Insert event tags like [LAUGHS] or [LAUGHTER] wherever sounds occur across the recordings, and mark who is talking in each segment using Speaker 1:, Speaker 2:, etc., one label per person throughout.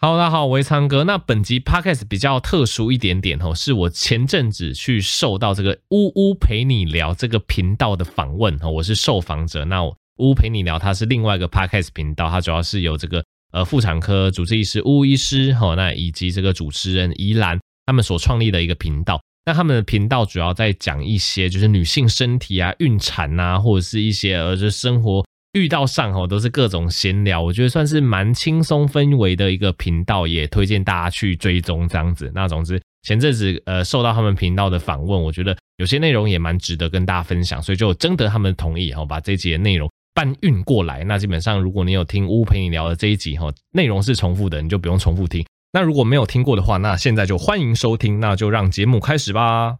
Speaker 1: Hello，大家好，我是昌哥。那本集 Podcast 比较特殊一点点哦，是我前阵子去受到这个“呜呜陪你聊”这个频道的访问哦，我是受访者。那我“呜呜陪你聊”它是另外一个 Podcast 频道，它主要是由这个呃妇产科主治医师呜呜医师哦，那以及这个主持人宜兰他们所创立的一个频道。那他们的频道主要在讲一些就是女性身体啊、孕产啊，或者是一些呃就是生活遇到上吼都是各种闲聊，我觉得算是蛮轻松氛围的一个频道，也推荐大家去追踪这样子。那总之前阵子呃受到他们频道的访问，我觉得有些内容也蛮值得跟大家分享，所以就征得他们的同意，吼把这一集的内容搬运过来。那基本上如果你有听乌陪你聊的这一集，吼内容是重复的，你就不用重复听。那如果没有听过的话，那现在就欢迎收听，那就让节目开始吧。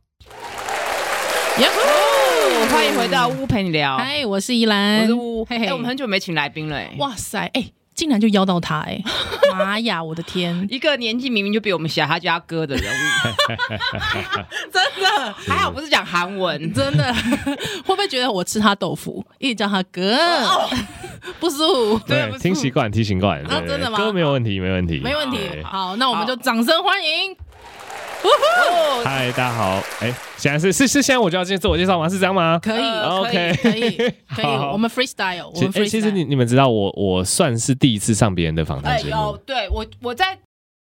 Speaker 2: 呀呼！欢迎回到屋陪你聊，
Speaker 3: 嗨，我是依
Speaker 2: 嗯我
Speaker 3: 兰
Speaker 2: 是。屋。
Speaker 3: 嘿嘿
Speaker 2: 哎，我们很久没请来宾了，哎，
Speaker 3: 哇塞，哎、竟然就邀到他、哎，妈呀，我的天！
Speaker 2: 一个年纪明明就比我们小他家哥的人
Speaker 4: [LAUGHS]
Speaker 2: 物，真的，还好不是讲韩文，
Speaker 4: 嗯
Speaker 3: 真的会不会觉得我吃他豆腐，一直叫他哥， [LAUGHS] 不舒服？
Speaker 1: [LAUGHS]
Speaker 2: 对不是
Speaker 4: 听习惯，听习惯。
Speaker 3: 啊
Speaker 4: 对
Speaker 3: 真的吗
Speaker 4: 歌没有问题，没问题，
Speaker 3: 没问题
Speaker 4: 对。
Speaker 3: 好，那我们就掌声欢迎。
Speaker 2: 哦
Speaker 4: 嗨，大家好。哎，现在是是是，现在我就要先自我介绍吗？是这样吗？
Speaker 3: 可以，
Speaker 2: 呃可以
Speaker 4: OK，
Speaker 3: 可以，可以，
Speaker 4: 好
Speaker 3: 我们 freestyle，我
Speaker 4: 其
Speaker 3: 们
Speaker 4: 哎，
Speaker 3: freestyle。
Speaker 4: 其实你你们知道我，我算是第一次上别人的访谈
Speaker 2: 哎
Speaker 4: 节
Speaker 2: 有
Speaker 4: 目。
Speaker 2: 对我我在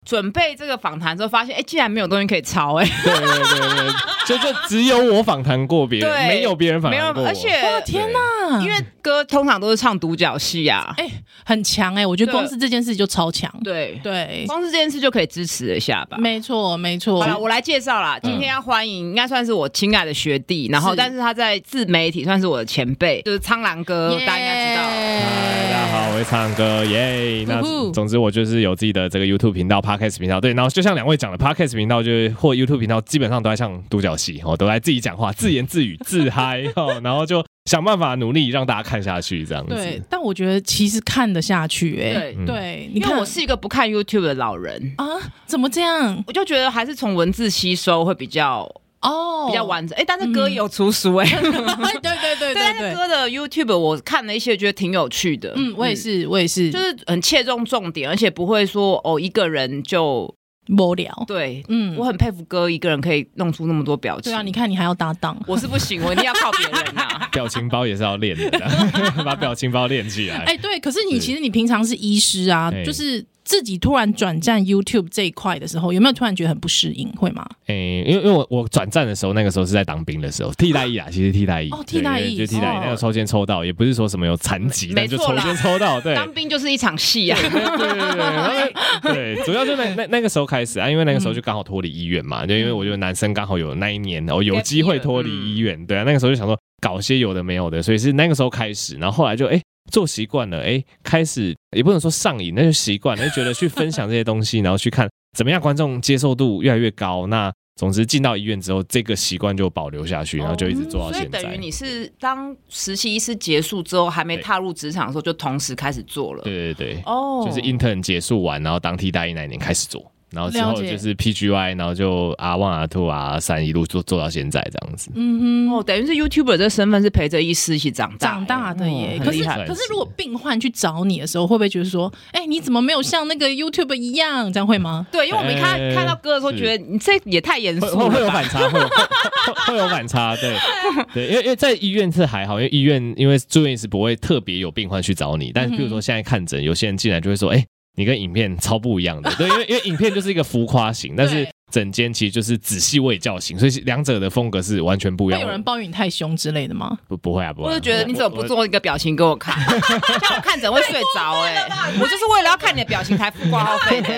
Speaker 2: 准备这个访谈的时候发现，哎，竟然没有东西可以抄，哎，
Speaker 4: 对对对对，对就就只有我访谈过别人，
Speaker 2: 对
Speaker 4: 没有别人访
Speaker 2: 没有
Speaker 4: 谈过，我。
Speaker 2: 而且
Speaker 3: 哇哦天哪，
Speaker 2: 因为歌通常都是唱独角戏啊，
Speaker 3: 哎、很强哎、我觉得
Speaker 2: 对
Speaker 3: 光是这件事就超强。
Speaker 2: 对，
Speaker 3: 对，
Speaker 2: 光是这件事就可以支持一下吧。
Speaker 3: 没错，没错
Speaker 2: 好。了，我来介绍啦。今天要欢迎，应该算是我亲爱的学弟，然后
Speaker 3: 嗯是
Speaker 2: 但是他在自媒体算是我的前辈，就是苍狼哥，大家应该知道。
Speaker 4: 嗨，大家好，我会唱歌，耶！那
Speaker 3: 呼呼
Speaker 4: 总之我就是有自己的这个 YouTube 频道、Podcast 频道，对。然后就像两位讲的，Podcast 频道就是或 YouTube 频道，基本上都在唱独角戏哦，都在自己讲话、自言自语、自嗨哦，然后就想办法努力让大家看下去，这样子。
Speaker 3: 对，但我觉得其实看得下去哎、
Speaker 2: 对，
Speaker 4: 嗯
Speaker 3: 对，你
Speaker 2: 因为
Speaker 3: 看
Speaker 2: 我是一个不看 YouTube 的老人，
Speaker 3: 啊，怎么这样？
Speaker 2: 我就觉得还是从文字吸收会比较
Speaker 3: 哦，
Speaker 2: 比较完整。哎，但是歌也有出书哎，
Speaker 3: 哎， [LAUGHS] 对对对
Speaker 2: 但
Speaker 3: 对对，
Speaker 2: 是歌的 YouTube 我看了一些，觉得挺有趣的。
Speaker 3: 嗯，我也。是，我也是，
Speaker 2: 就
Speaker 3: 就是
Speaker 2: 是很切中重点，而且不会说哦一个人就
Speaker 3: 无聊。
Speaker 2: 对，
Speaker 3: 嗯
Speaker 2: 我，很佩服哥一个人可以弄出那么多表情。
Speaker 3: 对啊，你看你还要搭档，
Speaker 2: 我是不行，我一定要靠别人
Speaker 3: [LAUGHS]
Speaker 2: 啊。
Speaker 4: 表情包也是要练的， [LAUGHS] 把表情包练起来。
Speaker 3: 哎，对，可是你
Speaker 4: 是
Speaker 3: 其实你平常是医师啊，
Speaker 4: 哎
Speaker 3: 就是自己突然转战 YouTube 这一块的时候，有没有突然觉得很不适应？会吗？
Speaker 4: 诶、因为因为我我转战的时候，那个时候是在当兵的时候，替代役啊，其实替代役
Speaker 3: 哦替代役
Speaker 4: 对就替代役
Speaker 3: 哦，
Speaker 4: 那个抽签抽到，也不是说什么有残疾，
Speaker 2: 没
Speaker 4: 但
Speaker 2: 错
Speaker 4: 就抽
Speaker 2: 啦
Speaker 4: 签抽到，对，
Speaker 2: 当兵就是一场戏啊。
Speaker 4: 对对对然后，对，主要就那那那个时候开始啊，因为那个时候就刚好脱离医院嘛，就因为我觉得男生刚好有那一年哦有机会脱离医院，对啊，那个时候就想说搞些有的没有的，所以是那个时候开始，然后后来就哎。做习惯了，哎，开始也不能说上瘾，那就习惯了，就觉得去分享这些东西，然后去看怎么样观众接受度越来越高。那总之进到医院之后，这个习惯就保留下去，然后就一直做到
Speaker 2: 所以
Speaker 4: 现在。
Speaker 2: 等于你是当实习医师结束之后，还没
Speaker 4: 对
Speaker 2: 踏入职场的时候，就同时开始做了。
Speaker 4: 对对对，
Speaker 2: 哦，
Speaker 4: 就是 intern 结束完，然后当替代役那一年开始做，然后之后
Speaker 3: 了解
Speaker 4: 就是 PGY，然后就啊 R one、R two、R 三一路做做到现在这样子。
Speaker 3: 嗯哼，
Speaker 2: 哦，等于是 YouTuber 这身份是陪着医师一起长大，
Speaker 3: 长
Speaker 4: 哎
Speaker 3: 大的耶。
Speaker 2: 哦
Speaker 3: 可
Speaker 2: 很
Speaker 3: 是
Speaker 2: 厉害
Speaker 3: 可是如果病患去找你的时候，会不会觉得说，哎，你怎么没有像那个 YouTube 一样？这样会吗？
Speaker 2: 对，因为我们一看、
Speaker 4: 哎
Speaker 2: 看到歌的时候，
Speaker 4: 是
Speaker 2: 觉得你这也太严
Speaker 4: 会
Speaker 2: 肃
Speaker 4: 会会
Speaker 2: 了
Speaker 4: 有
Speaker 2: 吧。
Speaker 4: 反差，会有会会会有反差，
Speaker 2: [LAUGHS]
Speaker 4: 对对，因为因为在医院是还好，因为医院因为住院是不会特别有病患去找你，但是比如说现在看诊，有些人进来就会说，
Speaker 2: 嗯
Speaker 4: 哎、你跟影片超不一样的，对，因为因为影片就是一个浮夸型，但是
Speaker 3: 对
Speaker 4: 整间其实就是仔细喂教型，所以两者的风格是完全不一样
Speaker 3: 会有人
Speaker 4: 的。
Speaker 3: 抱怨你太凶之类的吗？
Speaker 4: 不不会啊，不会啊、
Speaker 2: 我就觉得你怎么不
Speaker 4: 我
Speaker 2: 做一个表情给我
Speaker 4: [LAUGHS]
Speaker 2: 看？像我看诊会睡着 [LAUGHS] 哎、我就是为了要看你的表情才付挂号
Speaker 4: [LAUGHS]
Speaker 2: 费的、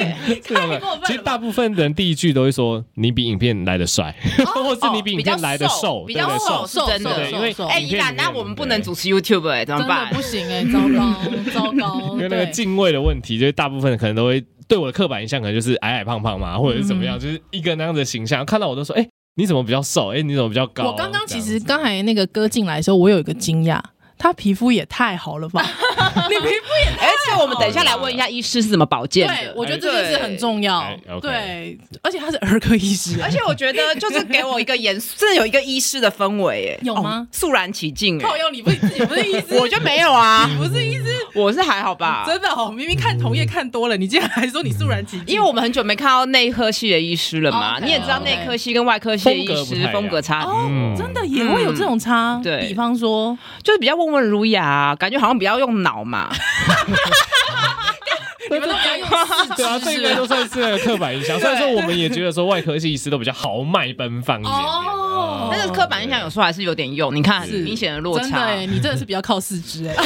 Speaker 4: 对我们
Speaker 3: 过分了吧
Speaker 4: 其实大部分人第一句都会说你比影片来的帅， [LAUGHS] 或是你比影片来的瘦，
Speaker 2: 哦比
Speaker 4: 对
Speaker 2: 较
Speaker 4: 对
Speaker 2: 瘦是真的
Speaker 4: 对因为
Speaker 3: 瘦瘦
Speaker 2: 哎、
Speaker 4: 影
Speaker 2: 依
Speaker 4: 片
Speaker 2: 然，
Speaker 4: 里面
Speaker 2: 那我们不
Speaker 4: 对
Speaker 2: 能主持 YouTube 哎、怎么
Speaker 3: 真的
Speaker 2: 办？
Speaker 3: 不行哎、糟 [LAUGHS] 糕糟糕，
Speaker 4: 因为那个
Speaker 3: 对
Speaker 4: 敬畏的问题，就是大部分可能都会对我的刻板印象可能就是矮矮胖胖嘛，或者是怎么样，就是一个那样的形象，看到我都说，
Speaker 2: [LAUGHS]
Speaker 4: 哎，你怎么比较瘦？哎，你怎么比较高？
Speaker 3: 我刚刚其
Speaker 4: 这
Speaker 3: 实
Speaker 4: 样子
Speaker 3: 刚才那个歌进来的时候，我有一个惊讶，他皮肤也太好 [LAUGHS] 了吧？
Speaker 2: [LAUGHS]
Speaker 3: 你皮肤也
Speaker 2: 而且我们等一下来问一下医师是怎么保健
Speaker 3: 对
Speaker 2: 的，。
Speaker 3: 我觉得这件事很重要
Speaker 4: 哎。，OK 哎
Speaker 3: 对，而且他是儿科医师，
Speaker 2: 而且我觉得就是给我一个严肃，真的有一个医师的氛围，哎，
Speaker 3: 有吗
Speaker 2: 哦肃然起敬，
Speaker 3: 靠
Speaker 2: 哎，
Speaker 3: 腰，你不是自己不是医师，
Speaker 2: 我就没有啊，
Speaker 3: 不是医师，
Speaker 2: 我是还好
Speaker 4: 啊
Speaker 2: 吧。
Speaker 3: 真的哦，明明看同业看多了，你竟然还说你
Speaker 4: 嗯
Speaker 3: 肃然起敬，
Speaker 2: 因为我们很久没看到内科系的医师了嘛，
Speaker 3: OK，
Speaker 2: 你也知道
Speaker 3: OK
Speaker 2: 内科系跟外科系的
Speaker 4: 风
Speaker 2: 医
Speaker 4: 格不太一
Speaker 2: 师
Speaker 4: 样
Speaker 2: 风格差，
Speaker 3: 哦
Speaker 4: 嗯，
Speaker 3: 真的也会有这种差。
Speaker 2: 对
Speaker 3: 比方说，
Speaker 2: 就是比较温文儒雅啊，感觉好像比较用脑嘛。
Speaker 3: 你们都不要用四肢
Speaker 4: [LAUGHS] 对啊，这应该都算是那个刻板印
Speaker 2: [LAUGHS]
Speaker 4: 象。虽然说我们也觉得说外科系医师都比较豪迈奔放一点点，
Speaker 3: 哦
Speaker 4: 嗯
Speaker 2: 但是刻板印象有时候还是有点用，你看很明显的落
Speaker 3: 真的
Speaker 2: 差。
Speaker 3: 哎，你真的是比较靠四肢 [LAUGHS] 哎。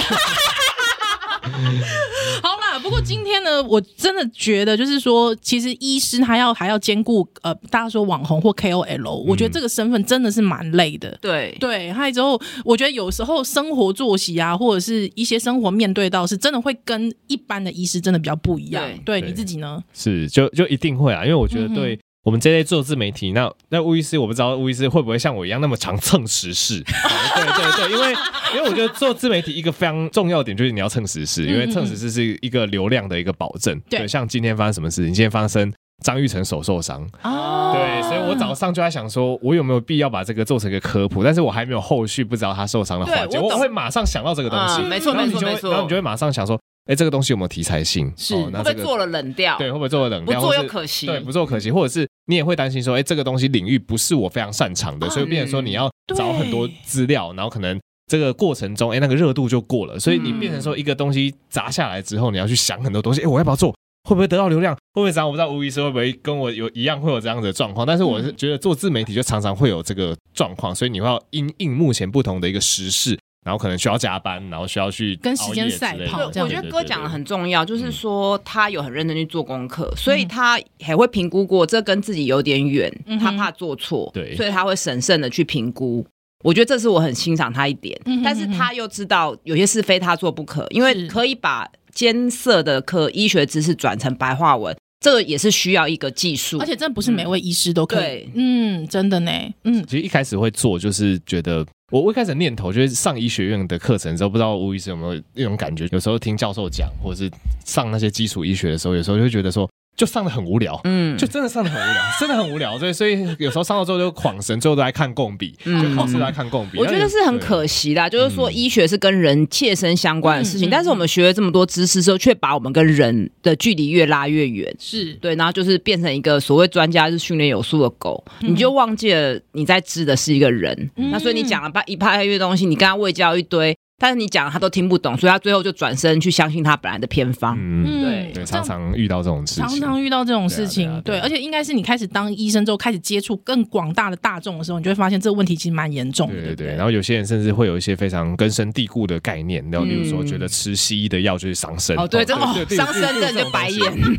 Speaker 3: 好啦，不过今天呢，我真的觉得就是说，其实医师他要还要兼顾呃，大家说网红或 KOL，我觉得这个身份真的是蛮累的。
Speaker 2: 对，
Speaker 3: 对，还有之后，我觉得有时候生活作息啊，或者是一些生活面对到，是真的会跟一般的医师真的比较不一样。对
Speaker 4: 对
Speaker 3: 你自己呢？
Speaker 4: 是就就一定会啊，因为我觉得
Speaker 3: 嗯哼
Speaker 4: 对。我们这类做自媒体，那那吴医师我不知道吴医师会不会像我一样那么常蹭时
Speaker 2: [LAUGHS]
Speaker 4: 事？对对对，因为因为我觉得做自媒体一个非常重要的点就是你要蹭时事，因
Speaker 2: 嗯
Speaker 4: 为蹭时事是一个流量的一个保证。
Speaker 3: 对
Speaker 4: 像今天发生什么事情？今天发生张玉成手受伤，
Speaker 3: 哦
Speaker 4: 对，所以我早上就在想说，我有没有必要把这个做成一个科普？但是我还没有后续不知道他受伤的
Speaker 2: 对
Speaker 4: 环节，
Speaker 2: 我
Speaker 4: 我
Speaker 2: 懂
Speaker 4: 会马上想到这个东西，
Speaker 2: 嗯没错
Speaker 4: 然后你
Speaker 2: 没错
Speaker 4: 就会
Speaker 2: 没错，
Speaker 4: 然后你就会马上想说，哎，这个东西有没有题材性？
Speaker 3: 是
Speaker 4: 哦那
Speaker 2: 会不会
Speaker 4: 这个
Speaker 2: 做了冷掉？
Speaker 4: 对，会不会做的冷
Speaker 2: 不
Speaker 4: 掉？
Speaker 2: 做
Speaker 4: 或
Speaker 2: 又
Speaker 4: 是
Speaker 2: 可惜。
Speaker 4: 对，不做可惜，或者是你也会担心说，哎，这个东西领域不是我非常擅长的，
Speaker 3: 啊
Speaker 4: 所以变成说你要
Speaker 3: 对
Speaker 4: 找很多资料，然后可能。这个过程中，哎，那个热度就过了，所以你变成
Speaker 3: 嗯
Speaker 4: 说一个东西砸下来之后，你要去想很多东西，哎，我要不要做？会不会得到流量？会不会涨？我不知道吴医师会不会跟我有一样会有这样子的状况，但是
Speaker 3: 嗯
Speaker 4: 我是觉得做自媒体就常常会有这个状况，所以你要因应目前不同的一个时事，然后可能需要加班，然后需要去
Speaker 3: 跟时间
Speaker 4: 熬夜之
Speaker 3: 赛
Speaker 4: 类的
Speaker 3: 跑
Speaker 2: 我
Speaker 3: 哦这样
Speaker 2: 觉得哥讲的很重要，就是
Speaker 4: 嗯
Speaker 2: 说他有很认真去做功课，所以他还会评估过，这跟自己有点远，
Speaker 3: 嗯嗯哼
Speaker 2: 他怕做错，
Speaker 4: 对
Speaker 2: 所以他会审慎的去评估。我觉得这是我很欣赏他一点
Speaker 3: 嗯哼，
Speaker 2: 但是他又知道有些事非他做不可，因为
Speaker 3: 是
Speaker 2: 可以把艰涩的科医学知识转成白话文，这个也是需要一个技术
Speaker 3: 而。且真的不是每位医师都可以
Speaker 2: 对。
Speaker 3: 嗯，真的呢。嗯，
Speaker 4: 其实一开始会做，就是觉得我我一开始的念头就是上医学院的课程之后，不知道吴医师有没有那种感觉？有时候听教授讲，或者是上那些基础医学的时候，有时候就会觉得说，就上的很无聊。
Speaker 2: 嗯
Speaker 4: 就真的上的很无聊，真的很无聊，所以所以有时候上到之后就恍神，最后都在看共笔，
Speaker 2: 嗯
Speaker 4: 就考试都在看共笔。
Speaker 2: 我觉得是很可
Speaker 4: 惜，
Speaker 2: 惜啦，就是说
Speaker 4: 嗯
Speaker 2: 医学是跟人切身相关的事
Speaker 3: 嗯
Speaker 2: 情，
Speaker 3: 嗯
Speaker 2: 但是我们学了这么多知识之后，却把我们跟人的距离越拉越远。
Speaker 3: 是
Speaker 2: 对，然后就是变成一个所谓专家是训练有素的狗，你就忘记了你在治的是一个人。
Speaker 3: 嗯
Speaker 2: 那所以你讲了半一派越东西，你跟他喂教一堆，但是你讲了他都听不懂，所以他最后就转身去相信他本来的偏方。
Speaker 4: 嗯，
Speaker 3: 对
Speaker 4: 对，
Speaker 3: 这
Speaker 4: 常
Speaker 3: 样
Speaker 4: 常遇到这种事情，
Speaker 3: 常常遇到这种事情，
Speaker 4: 对啊对
Speaker 3: 对，
Speaker 4: 啊对啊
Speaker 3: 而且应该是你开始当医生之后，开始接触更广大的大众的时候，你就会发现这个问题其实蛮严重的，
Speaker 4: 对
Speaker 3: 对
Speaker 4: 对
Speaker 3: 不
Speaker 4: 对，
Speaker 3: 对
Speaker 4: 然后有些人甚至会有一些非常根深蒂固的概念，然后例如说
Speaker 2: 嗯
Speaker 4: 觉得吃西医的药就是伤身。
Speaker 2: 哦对这
Speaker 4: 种
Speaker 2: 哦伤身真的就白眼。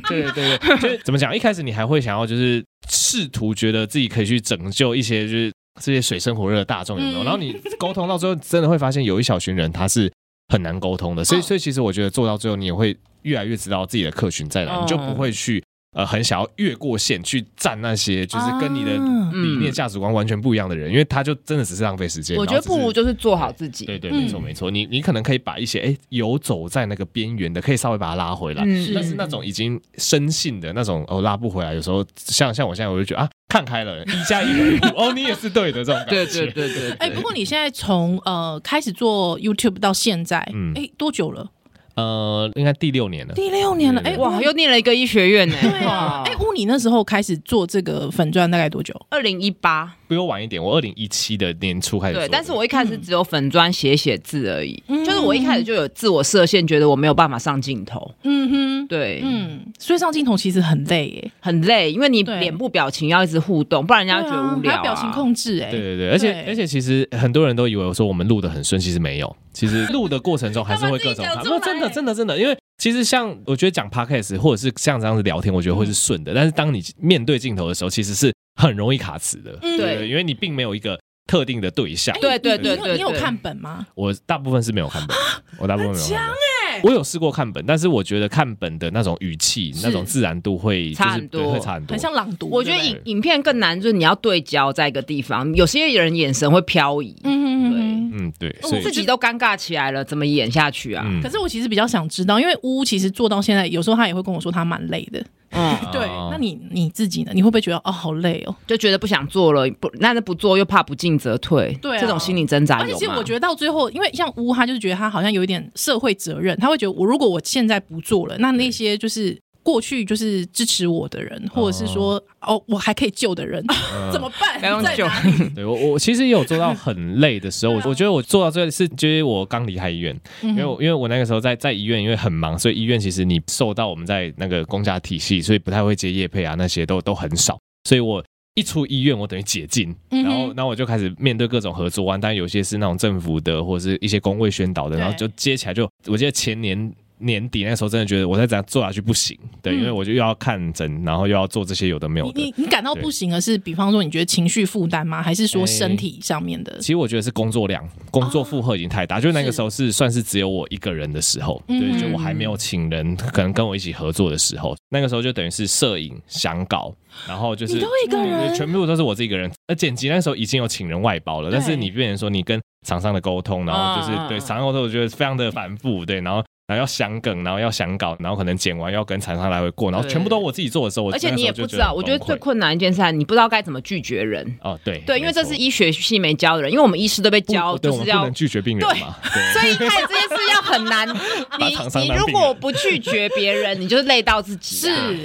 Speaker 4: 对对对对， [LAUGHS] 就是怎么讲？一开始你还会想要就是试图觉得自己可以去拯救一些就是这些水深火热的大众有没有？
Speaker 3: 嗯
Speaker 4: 然后你沟通到最后，真的会发现有一小群人他是很难沟通的，所以
Speaker 3: 哦
Speaker 4: 所以其实我觉得做到最后，你也会越来越知道自己的客群在哪，
Speaker 2: 哦
Speaker 4: 你就不会去。呃，很想要越过线去站那些就是跟你的
Speaker 2: 哦
Speaker 4: 嗯
Speaker 3: 啊
Speaker 4: 理念价值观完全不一样的人，因为他就真的只是浪费时间。
Speaker 2: 嗯我觉
Speaker 4: 然后
Speaker 2: 得
Speaker 4: 只是
Speaker 2: 不如就是做好自己。
Speaker 4: 对对，
Speaker 3: 嗯
Speaker 4: 没错没错，你你可能可以把一些哎游走在那个边缘的，可以稍微把它拉回来。
Speaker 2: 嗯
Speaker 4: 但是那种已经深信的那种哦，拉不回来。有时候像像我现在，我就觉得啊，看开了，一加一等于五，哦，你也是对的这种感觉。
Speaker 2: 对对对对，
Speaker 3: 哎、不过你现在从呃开始做 YouTube 到现在，哎、
Speaker 4: 嗯
Speaker 3: 多久了？
Speaker 4: 呃，应该第六年了。
Speaker 3: 第六年了，哎、
Speaker 2: 哇，
Speaker 3: 乌
Speaker 2: 又念了一个医学院呢、
Speaker 3: 对啊，哎、乌你那时候开始做这个粉钻大概多久？
Speaker 2: 二零一八，
Speaker 4: 比我晚一点，我二零一七的年初开始做
Speaker 2: 对，
Speaker 4: 的。
Speaker 2: 但是我一开始只有粉砖写写字而已，
Speaker 3: 嗯
Speaker 2: 就是我一开始就有自我设限，觉得我没有办法上镜头，
Speaker 3: 嗯哼，
Speaker 2: 对，
Speaker 3: 嗯，所以上镜头其实很累耶，
Speaker 2: 很累，因为你
Speaker 3: 对
Speaker 2: 脸部表情要一直互动，不然人家
Speaker 3: 对啊
Speaker 2: 觉得无聊、啊
Speaker 3: 还要表情，控制，哎，
Speaker 4: 对对对，而且
Speaker 3: 对
Speaker 4: 而且其实很多人都以为我说我们录的很顺，其实没有，其实录的过程中还是会
Speaker 3: [LAUGHS]
Speaker 4: 各种
Speaker 3: 干
Speaker 4: 卡。
Speaker 3: 嘛自己讲出
Speaker 4: 那
Speaker 3: 来
Speaker 4: 真的真的真的，因为其实像我觉得讲 podcast 或者是像这样子聊天，我觉得会是顺
Speaker 3: 嗯
Speaker 4: 的，但是当你面对镜头的时候，其实是很容易卡词的。
Speaker 3: 嗯
Speaker 4: 对对，因为你并没有一个特定的对象
Speaker 3: 哎。
Speaker 2: 对对
Speaker 3: 你
Speaker 2: 对
Speaker 3: 你
Speaker 2: 对
Speaker 3: 有你有
Speaker 2: 对
Speaker 3: 看本吗？
Speaker 4: 我大部分是没有看本，
Speaker 3: [LAUGHS]
Speaker 4: 我大部分没有看本。
Speaker 3: 欸
Speaker 4: 我有试过看本，但是我觉得看本的那种语气、
Speaker 3: 是
Speaker 4: 那种自然度会
Speaker 2: 差
Speaker 4: 就是
Speaker 2: 很多
Speaker 4: 对会差很多
Speaker 3: 很。像朗读，
Speaker 2: 我觉得
Speaker 3: 对不对
Speaker 2: 影影片更难，就是你要对焦在一个地方，有些人眼神会漂移。
Speaker 3: 嗯哼嗯哼嗯。
Speaker 4: 嗯，对，
Speaker 3: 我
Speaker 4: 所以
Speaker 2: 自己都尴尬起来了，怎么演下去啊？
Speaker 4: 嗯
Speaker 3: 可是我其实比较想知道，因为呜其实做到现在，有时候他也会跟我说他蛮累的。
Speaker 2: 嗯，
Speaker 4: 哦
Speaker 3: 对，那你你自己呢？你会不会觉得哦好累哦？
Speaker 2: 就觉得不想做了，不，那不做又怕不进则退，
Speaker 3: 对啊
Speaker 2: 这种心理挣扎
Speaker 3: 而且
Speaker 2: 有
Speaker 3: 其实
Speaker 2: 吗？
Speaker 3: 我觉得到最后，因为像乌，他就是觉得他好像有一点社会责任，他会觉得我如果我现在不做了，那那些就是过去就是支持我的人，或者是说哦我还可以救的人， [LAUGHS]
Speaker 4: 哦
Speaker 3: 怎么办？
Speaker 2: 要用
Speaker 3: 在
Speaker 2: 救
Speaker 3: 哪
Speaker 4: [LAUGHS]
Speaker 3: 里
Speaker 4: 对我我其实也有做到很累的时
Speaker 3: [LAUGHS] 啊
Speaker 4: 候，我我觉得我做到最是就是我刚离开医院，
Speaker 3: 嗯
Speaker 4: 因为我因为我那个时候在在医院，因为很忙，所以医院其实你受到我们在那个公家体系，所以不太会接业配啊那些都都很少，所以我。一出医院，我等于解禁，
Speaker 3: 嗯
Speaker 4: 然
Speaker 3: 哼
Speaker 4: 后，然后我就开始面对各种合作案，啊但有些是那种政府的，或者是一些工会宣导的，
Speaker 3: 对
Speaker 4: 然后就接起来就，我记得前年年底那时候，真的觉得我再这样做下去不行，对，
Speaker 3: 嗯
Speaker 4: 因为我就又要看诊，然后又要做这些有的没有
Speaker 3: 你
Speaker 4: 的。
Speaker 3: 你你感到不行的是，比方说你觉得情绪负担吗？还是
Speaker 4: 哎
Speaker 3: 说身体上面的？
Speaker 4: 其实我觉得是工作量、工
Speaker 2: 哦
Speaker 4: 作负荷已经太大，就是那个时候是算是只有我一个人的时候，
Speaker 3: 嗯
Speaker 4: 对，就我还没有请人，可能跟我一起合作的时候，那个时候就等于是摄影、想稿，然后就是
Speaker 3: 你都一个人
Speaker 4: 对全部都是我自己一个人。而剪辑那时候已经有请人外包了，
Speaker 3: 对
Speaker 4: 但是你变成说你跟厂商的沟通，然后就是、
Speaker 2: 啊
Speaker 4: 对厂商沟通，我觉得非常的反复，对，然后。然后要想梗，然后要想稿，然后可能剪完要跟厂商来回过，然后全部都我自己做的时候，我
Speaker 2: 而且你也
Speaker 4: 那时候
Speaker 2: 不
Speaker 4: 就
Speaker 2: 知道，我觉得
Speaker 4: 很
Speaker 2: 最
Speaker 4: 崩溃
Speaker 2: 困难一件事啊，你不知道该怎么拒绝人。
Speaker 4: 哦，对
Speaker 2: 对，因为
Speaker 4: 没错
Speaker 2: 这是医学系没教的人，因为我们医师都被
Speaker 4: 不
Speaker 2: 教
Speaker 4: 对
Speaker 2: 就
Speaker 4: 我们
Speaker 2: 是
Speaker 4: 不
Speaker 2: 要
Speaker 4: 能拒绝病人
Speaker 2: 对
Speaker 4: 嘛，对，
Speaker 2: [LAUGHS] 所以一开始这件事要很难。
Speaker 4: [LAUGHS] 把厂商
Speaker 2: 你你
Speaker 4: 当
Speaker 2: 如
Speaker 4: 病
Speaker 2: 果
Speaker 4: 人
Speaker 2: 不拒绝别人，你就是累到自己、啊。
Speaker 3: 是，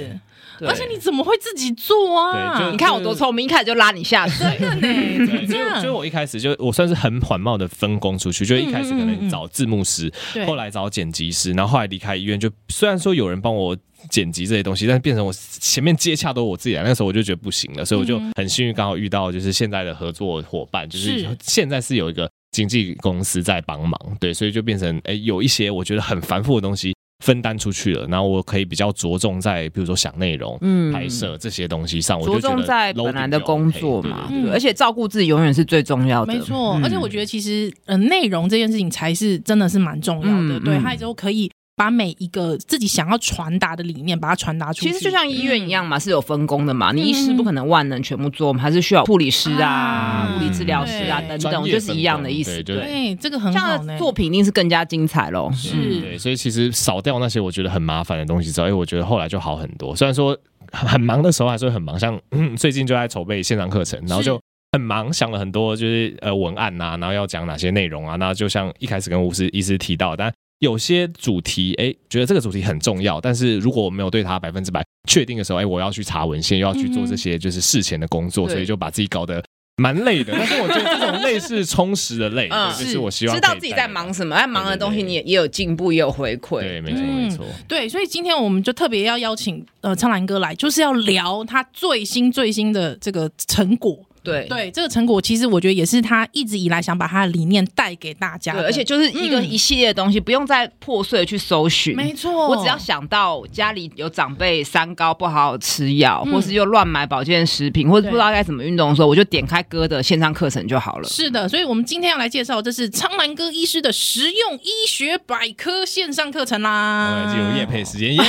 Speaker 2: 对
Speaker 3: 而且你怎么会自己做啊？
Speaker 4: 对就
Speaker 2: 你看我多聪明，一开始就拉你下水。 [LAUGHS]
Speaker 3: 对怎么嗯这
Speaker 4: 所以我，所以
Speaker 3: 样？
Speaker 4: 我一开始就我算是很缓慢的分工出去，
Speaker 2: 嗯
Speaker 4: 就一开始可能找字幕师，
Speaker 3: 对
Speaker 4: 后来找剪辑师，然后后来离开医院，就虽然说有人帮我剪辑这些东西，但是变成我前面接洽都我自己来，那时候我就觉得不行了，所以我就
Speaker 2: 嗯
Speaker 4: 很幸运刚好遇到就是现在的合作伙伴，就是
Speaker 3: 是
Speaker 4: 现在是有一个经纪公司在帮忙，对，所以就变成哎有一些我觉得很繁复的东西。分担出去了，然后我可以比较着重在，比如说想内容、
Speaker 2: 嗯
Speaker 4: 拍摄这些东西上，我就
Speaker 2: 着
Speaker 4: 觉得
Speaker 2: 重在
Speaker 4: loading
Speaker 2: 本来的
Speaker 4: 就
Speaker 2: 工
Speaker 4: OK，
Speaker 2: 作
Speaker 4: 对
Speaker 2: 嘛，
Speaker 4: 对
Speaker 3: 对对
Speaker 2: 对而且照顾自己永远是最重要的。
Speaker 3: 没错
Speaker 4: 嗯，
Speaker 3: 而且我觉得其实，呃，内容这件事情才是真的是蛮重要的。
Speaker 2: 嗯
Speaker 3: 对，
Speaker 2: 嗯
Speaker 3: 他之后可以把每一个自己想要传达的理念，把它传达出去。
Speaker 2: 其实就像医院
Speaker 4: 嗯
Speaker 2: 一样嘛，是有分工的嘛。你
Speaker 3: 嗯
Speaker 2: 医师不可能万能全部做，我们还是需要护理师啊
Speaker 3: 啊、
Speaker 2: 物理治疗师啊
Speaker 3: 对
Speaker 2: 等
Speaker 4: 嗯专
Speaker 2: 等，
Speaker 4: 业
Speaker 2: 就是一样的意
Speaker 4: 分
Speaker 2: 思。
Speaker 4: 工对就
Speaker 2: 对，
Speaker 3: 对这个很
Speaker 2: 这
Speaker 3: 嗯好
Speaker 2: 样
Speaker 3: 呢
Speaker 2: 的。作品一定是更加精彩喽。
Speaker 4: 嗯
Speaker 3: 是
Speaker 4: 对，所以其实少掉那些我觉得很麻烦的东西之后，哎，我觉得后来就好很多。虽然说 [LAUGHS] 很很忙的时候还是会很忙，像、 [LAUGHS] 嗯最近就在筹备线上课程，然后
Speaker 3: 是
Speaker 4: 就很忙，想了很多就是呃文案呐、然后要讲哪些内容啊，那就像一开始跟吴师医师提到，但有些主题，哎，觉得这个主题很重要，但是如果我没有对它百分之百确定的时候，哎，我要去查文献，又要去做这些就是事前的工作，
Speaker 2: 嗯对
Speaker 4: 所以就把自己搞得蛮累的。但是我觉得这种累是充实的累，
Speaker 2: 嗯
Speaker 4: 就是
Speaker 3: 是
Speaker 4: 我希望
Speaker 2: 知道
Speaker 4: 可以
Speaker 2: 自己
Speaker 4: 带
Speaker 2: 在
Speaker 4: 给
Speaker 2: 忙
Speaker 4: 大家
Speaker 2: 什么，哎，忙的东西
Speaker 4: 对对
Speaker 2: 你也也有进步，也有回馈。
Speaker 4: 对，没错
Speaker 2: 嗯
Speaker 4: 没错。
Speaker 3: 对，所以今天我们就特别要邀请呃苍兰哥来，就是要聊他最新最新的这个成果。
Speaker 2: 对
Speaker 3: 对这个成果，其实我觉得也是他一直以来想把他的理念带给大家
Speaker 2: 对，
Speaker 3: 的，
Speaker 2: 而且就是一个
Speaker 3: 嗯
Speaker 2: 一系列的东西，不用再破碎地去搜寻。
Speaker 3: 没错，
Speaker 2: 我只要想到家里有长辈三高不好好吃药，或是又乱买保健食品，或者
Speaker 3: 嗯对
Speaker 2: 不知道该怎么运动的时候，我就点开哥的线上课程就好了。
Speaker 3: 是的，所以我们今天要来介绍，这是苍兰哥医师的实用医学百科线上课程啦
Speaker 4: 对，。进入夜配时间，
Speaker 3: [LAUGHS]
Speaker 4: 耶，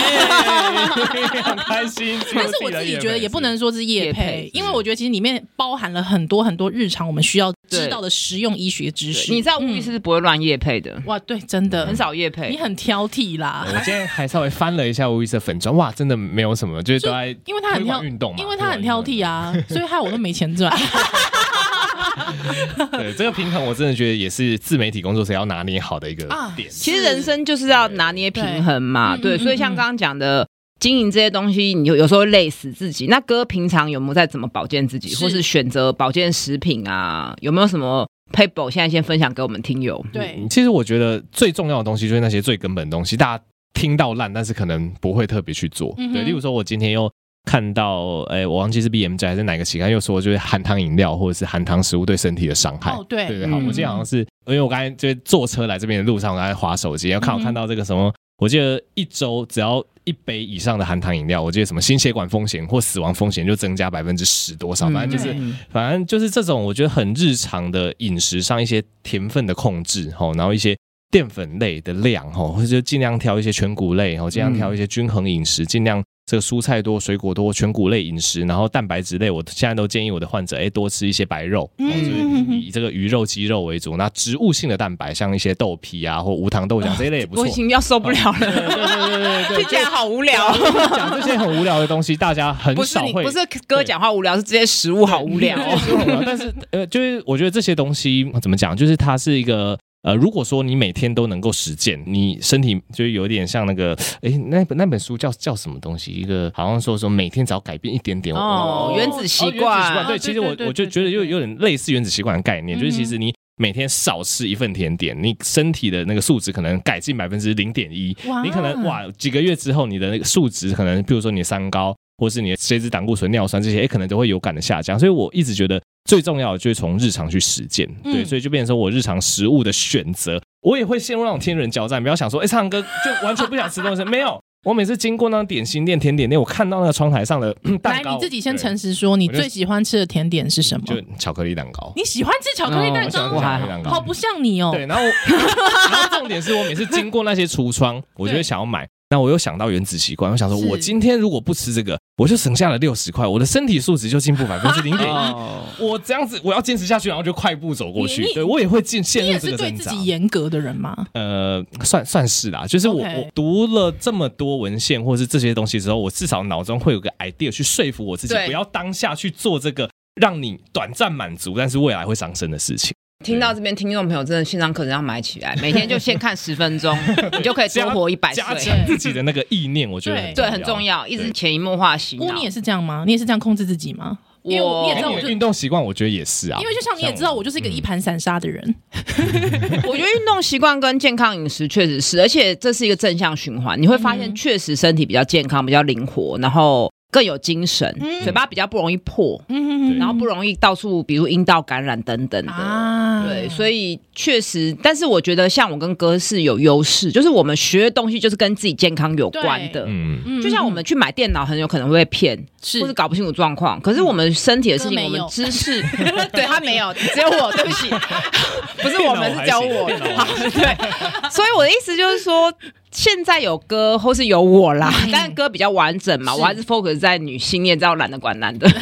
Speaker 4: 很开心。进入
Speaker 3: 但是我自己
Speaker 4: 的
Speaker 3: 觉得
Speaker 4: 业配
Speaker 3: 也不能说是业
Speaker 2: 业
Speaker 3: 配
Speaker 2: 配，
Speaker 3: 因为我觉得其实里面包含了很多很多日常我们需要知
Speaker 2: 对
Speaker 3: 道的实用医学知识。
Speaker 2: 你知道吴医师是不会乱夜配的，
Speaker 3: 哇，对，真的
Speaker 2: 很，少夜配。
Speaker 3: 嗯你很挑剔啦
Speaker 4: 对。我今天还稍微翻了一下吴医师的粉砖，哇，真的没有什么，就是都在
Speaker 3: 因为他很
Speaker 4: 推
Speaker 3: 挑
Speaker 4: 广运动嘛，
Speaker 3: 因为他很挑剔啊，所以害我都没钱
Speaker 4: [LAUGHS]
Speaker 3: 赚。
Speaker 4: 推广运动。对这个平衡，我真的觉得也是自媒体工作者要拿捏好的一个
Speaker 3: 啊
Speaker 4: 点。
Speaker 2: 其实人生就是要拿捏平衡嘛，
Speaker 3: 对
Speaker 2: 对，
Speaker 3: 嗯嗯
Speaker 2: 所以像刚刚讲的。经营这些东西，你有有时候会累死自己。那哥平常有没有在怎么保健自己，
Speaker 3: 是
Speaker 2: 或是选择保健食品啊？有没有什么 paper 现在先分享给我们听友？
Speaker 3: 对
Speaker 4: 嗯，其实我觉得最重要的东西就是那些最根本的东西，大家听到烂，但是可能不会特别去做。
Speaker 3: 嗯哼
Speaker 4: 对，例如说，我今天又看到，哎、我忘记是 BMJ 还是哪个期刊又说，就是含糖饮料或者是含糖食物对身体的伤害。
Speaker 3: 哦对
Speaker 4: 对对，好，
Speaker 2: 嗯
Speaker 4: 我记得好像是，因为我刚才就是坐车来这边的路上，我刚才划手机，然后
Speaker 2: 嗯
Speaker 4: 看我看到这个什么，我记得一周只要。一杯以上的含糖饮料，我记得什么心血管风险或死亡风险就增加百分之十多少，反正就是
Speaker 2: 嗯
Speaker 4: 反正就是这种，我觉得很日常的饮食上一些甜分的控制吼，然后一些淀粉类的量吼，或者就尽量挑一些全谷类吼，尽量挑一些均衡饮食，尽量这个蔬菜多、水果多、全谷类饮食，然后蛋白质类，我现在都建议我的患者哎多吃一些白肉，
Speaker 3: 嗯嗯嗯
Speaker 4: 以这个鱼肉、鸡肉为主。那植物性的蛋白，像一些豆皮啊或无糖豆浆这一类也不
Speaker 2: 我
Speaker 4: 错
Speaker 2: 已。经要受不了
Speaker 4: 对
Speaker 2: 了，
Speaker 4: 对对对对对，
Speaker 2: [LAUGHS] 听起来好无聊。
Speaker 4: 讲这些很无聊的东西，大家很
Speaker 2: 不是
Speaker 4: 少
Speaker 2: 你，
Speaker 4: 会
Speaker 2: 不是哥讲话无聊，是这些食物好
Speaker 4: [LAUGHS]
Speaker 2: 无聊哦。
Speaker 3: [LAUGHS]
Speaker 4: 但是呃，就是我觉得这些东西呃怎么讲，就是它是一个。呃，如果说你每天都能够实践，你身体就是有点像那个，哎，那本那本书叫叫什么东西？一个好像说说每天只要改变一点点，
Speaker 2: 哦，原子习
Speaker 4: 哦原子习惯
Speaker 2: 惯，
Speaker 4: 对，其实我
Speaker 3: 对对对
Speaker 4: 我就觉得有有点类似原子习惯的概念，就是其实你每天少吃一份甜点，你身体的那个数值可能改进百分之零点一
Speaker 3: 哇，
Speaker 4: 你可能哇几个月之后你的那个数值可能，比如说你的三高。或是你的血脂、胆固醇、尿酸这些，哎、可能都会有感的下降。所以我一直觉得最重要的就是从日常去实践，对，
Speaker 3: 嗯
Speaker 4: 所以就变成说我日常食物的选择，我也会陷入那种天人交战。不要想说，哎、唱歌就完全不想吃东西， [LAUGHS] 没有。我每次经过那种点心店、甜点店，我看到那个窗台上的 [CLEARS THROAT] 嗯蛋
Speaker 3: 来，
Speaker 4: 糕，
Speaker 3: 你自己先
Speaker 4: 对
Speaker 3: 诚实说，你
Speaker 4: 我就
Speaker 3: 最喜欢吃的甜点是什么？
Speaker 4: 就巧克力蛋糕。
Speaker 3: 你喜欢吃巧克力
Speaker 4: 嗯
Speaker 3: 蛋糕
Speaker 4: 我喜欢吃巧克力蛋
Speaker 3: 吗，
Speaker 4: 糕
Speaker 3: 好不像你哦。
Speaker 4: 对，然后我 [LAUGHS] 然后重点是我每次经过那些橱窗，我就会想要买。那我又想到原子习惯，我想说，
Speaker 3: 是
Speaker 4: 我今天如果不吃这个，我就省下了六十块，我的身体素质就进
Speaker 3: [LAUGHS]
Speaker 4: 步百分之零点一。
Speaker 1: 哦，
Speaker 4: 我这样子，我要坚持下去，然后就快步走过去
Speaker 3: 你。你
Speaker 4: 对我也会进
Speaker 3: 你
Speaker 4: 陷入
Speaker 3: 也
Speaker 4: 这
Speaker 3: 是
Speaker 4: 个
Speaker 3: 对
Speaker 4: 挣
Speaker 3: 自
Speaker 4: 扎。
Speaker 3: 己严格的人吗？
Speaker 4: 呃，算算是啦、就是我
Speaker 3: OK
Speaker 4: 我读了这么多文献或是这些东西之后，我至少脑中会有个 idea 去说服我自己，
Speaker 2: 对
Speaker 4: 不要当下去做这个让你短暂满足，但是未来会伤身的事情。
Speaker 2: 听到这边，听众朋友真的线上课程要买起来，每天就先看十
Speaker 4: [LAUGHS]
Speaker 2: 分钟，你就可以多活一百岁
Speaker 4: 加。强自己的那个意念，我觉得
Speaker 2: 对，很重。要，一直潜移默化洗
Speaker 3: 乌，你
Speaker 2: 脑
Speaker 3: 也。是这样吗？你也是这样控制自己吗？因为我你也知道
Speaker 4: 那
Speaker 3: 我
Speaker 4: 我
Speaker 3: 就
Speaker 4: 运动习惯，我觉得也是啊，
Speaker 3: 因为就像你也知道，我嗯就是一个一盘散沙的人。
Speaker 2: 我觉得运动习惯跟健康饮食确实是，而且这是一个正向循环，你会发
Speaker 3: 嗯
Speaker 2: 现确实身体比较健康，比较灵活，然后更有精神，嘴巴比较不容易破，
Speaker 3: 嗯，
Speaker 2: 然后不容易到处比如阴道感染等等的。
Speaker 3: 啊，
Speaker 2: 对，所以确实，但是我觉得像我跟哥是有优势，就是我们学的东西就是跟自己健康有关的。
Speaker 4: 嗯，
Speaker 3: 以
Speaker 2: 就像我们去买电脑，很有可能会被骗，
Speaker 3: 是
Speaker 2: 或者搞不清楚状况。可是我们身体的事
Speaker 3: 哥
Speaker 2: 情，
Speaker 3: 没
Speaker 2: 我
Speaker 3: 有
Speaker 2: 们知识，
Speaker 3: 嗯
Speaker 2: 对他没有，只有我，对不起，不是我们，是只有我。
Speaker 4: 电脑啊我
Speaker 2: 好
Speaker 4: 还
Speaker 2: 对，所以我的意思就是说，现在有哥或是有我啦，但哥比较完整嘛，
Speaker 3: 嗯是
Speaker 2: 我还是 focus 在女性，你也知道，懒得管男的。 [LAUGHS]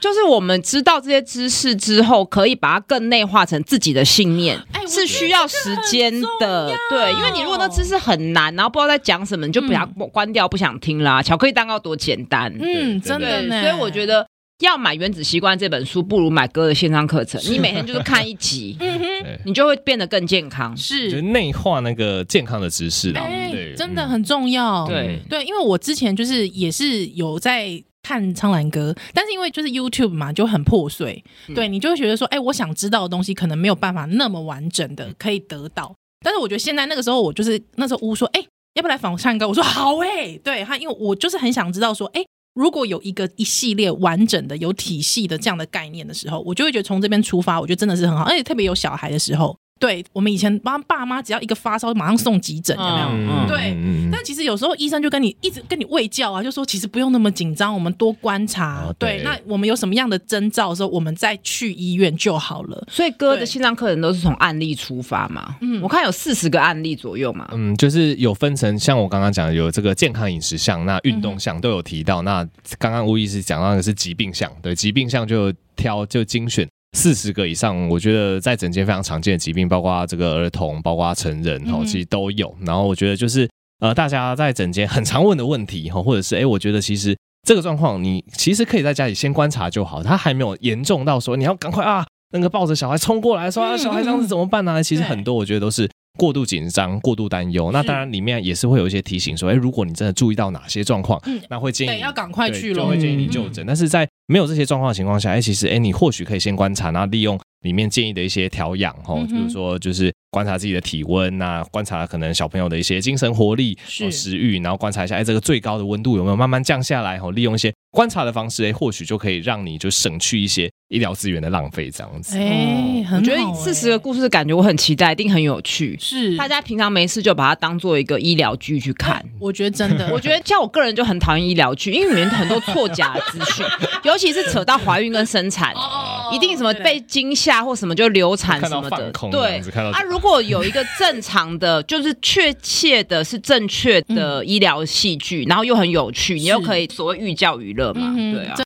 Speaker 2: 就是我们知道这些知识之后，可以把它更内化成自己的信念，
Speaker 3: 哎我觉
Speaker 2: 是
Speaker 3: 得
Speaker 2: 需要时间
Speaker 3: 这个
Speaker 2: 的
Speaker 3: 很重要。
Speaker 2: 对，因为你如果那知识很难，然后不知道在讲什么，你就把它关掉，不想听啦。巧克力蛋糕多简单，
Speaker 3: 嗯，
Speaker 4: 对
Speaker 3: 真的
Speaker 2: 对，
Speaker 3: 呢。
Speaker 2: 所以我觉得。要买《原子习惯》这本书，不如买哥的线上课程。你每天就是看一集，
Speaker 3: 嗯
Speaker 2: 你就会变得更健康。
Speaker 4: 就是
Speaker 3: 是，
Speaker 4: 内化那个健康的知识啦，
Speaker 3: 哎
Speaker 4: 对，，
Speaker 3: 真的很重要。
Speaker 2: 对
Speaker 3: 对，因为我之前就是也是有在看苍兰哥，但是因为就是 YouTube 嘛，就很破碎，对你就会觉得说，哎、我想知道的东西可能没有办法那么完整的可以得到。但是我觉得现在那个时候，我就是那时候乌说，哎、要不要来访唱歌？我说好哎、对他，因为我就是很想知道说，哎、如果有一个一系列完整的、有体系的这样的概念的时候，我就会觉得从这边出发，我觉得真的是很好，而且特别有小孩的时候，对我们以前帮爸妈只要一个发烧，马上送急诊，有没有？
Speaker 2: 嗯
Speaker 3: 对
Speaker 4: 嗯
Speaker 3: 但其实有时候医生就跟你一直跟你喂教啊，就说其实不用那么紧张，我们多观察。
Speaker 4: 哦
Speaker 3: 对
Speaker 4: 对
Speaker 3: 那我们有什么样的征兆的时候，我们再去医院就好了。
Speaker 2: 所以哥的
Speaker 3: 对
Speaker 2: 线上课程都是从案例出发嘛。
Speaker 3: 嗯
Speaker 2: 我看有四十个案例左右嘛。
Speaker 4: 嗯，就是有分成，像我刚刚讲的有这个健康饮食项，那运动
Speaker 3: 嗯
Speaker 4: 项都有提到。那刚刚吴医师讲到的是疾病项，对，疾病项就挑就精选四十个以上，我觉得在整间非常常见的疾病，包括这个儿童，包括成人
Speaker 3: 嗯
Speaker 4: 哦，
Speaker 3: 哼
Speaker 4: 其实都有。然后我觉得就是呃，大家在整间很常问的问题哈，哦或者是哎，我觉得其实。这个状况，你其实可以在家里先观察就好，它还没有严重到说你要赶快啊，那个抱着小孩冲过来说啊，
Speaker 3: 嗯
Speaker 4: 小孩这样子怎么办呢、其实
Speaker 3: 对
Speaker 4: 很多我觉得都是过度紧张、过度担忧。那当然里面也是会有一些提醒说，哎，如果你真的注意到哪些状况，
Speaker 3: 嗯
Speaker 4: 那会建议
Speaker 3: 对，
Speaker 4: 你
Speaker 3: 要赶快去
Speaker 4: 对
Speaker 3: 嗯了。
Speaker 4: 就会建议你就诊。但是在没有这些状况的情况下，哎、其实哎、你或许可以先观察，然后利用里面建议的一些调养哦
Speaker 3: 嗯哼，
Speaker 4: 比如说就是观察自己的体温呐、观察可能小朋友的一些精神活力、
Speaker 3: 是
Speaker 4: 哦食欲，然后观察一下哎、这个最高的温度有没有慢慢降下来哦，利用一些观察的方式，哎、或许就可以让你就省去一些医疗资源的浪费这样子。
Speaker 3: 哎，
Speaker 4: 哦
Speaker 3: 很
Speaker 2: 哦我觉得
Speaker 3: 好
Speaker 2: 四
Speaker 3: 哎
Speaker 2: 十个故事，感觉我很期待，一定很有趣。
Speaker 3: 是
Speaker 2: 大家平常没事就把它当做一个医疗剧去看。
Speaker 3: 我觉得真的，
Speaker 2: [LAUGHS] 我觉得像我个人就很讨厌医疗剧，因为里面很多错假的资
Speaker 3: [LAUGHS]
Speaker 2: 讯，尤其是扯到怀孕跟生产，
Speaker 3: 哦
Speaker 2: 一定什么
Speaker 3: 对
Speaker 2: 被惊吓或什么就流产
Speaker 4: 看
Speaker 2: 什
Speaker 4: 到
Speaker 2: 么
Speaker 4: 放
Speaker 2: 的
Speaker 4: 空，这
Speaker 2: 对
Speaker 4: 样子看到
Speaker 2: 啊，如果有一个正常的，就是确切的、是正确的医疗戏剧，然后又很有趣，你又可以所谓寓教于乐嘛，
Speaker 3: 嗯哼
Speaker 2: 对啊
Speaker 3: 这。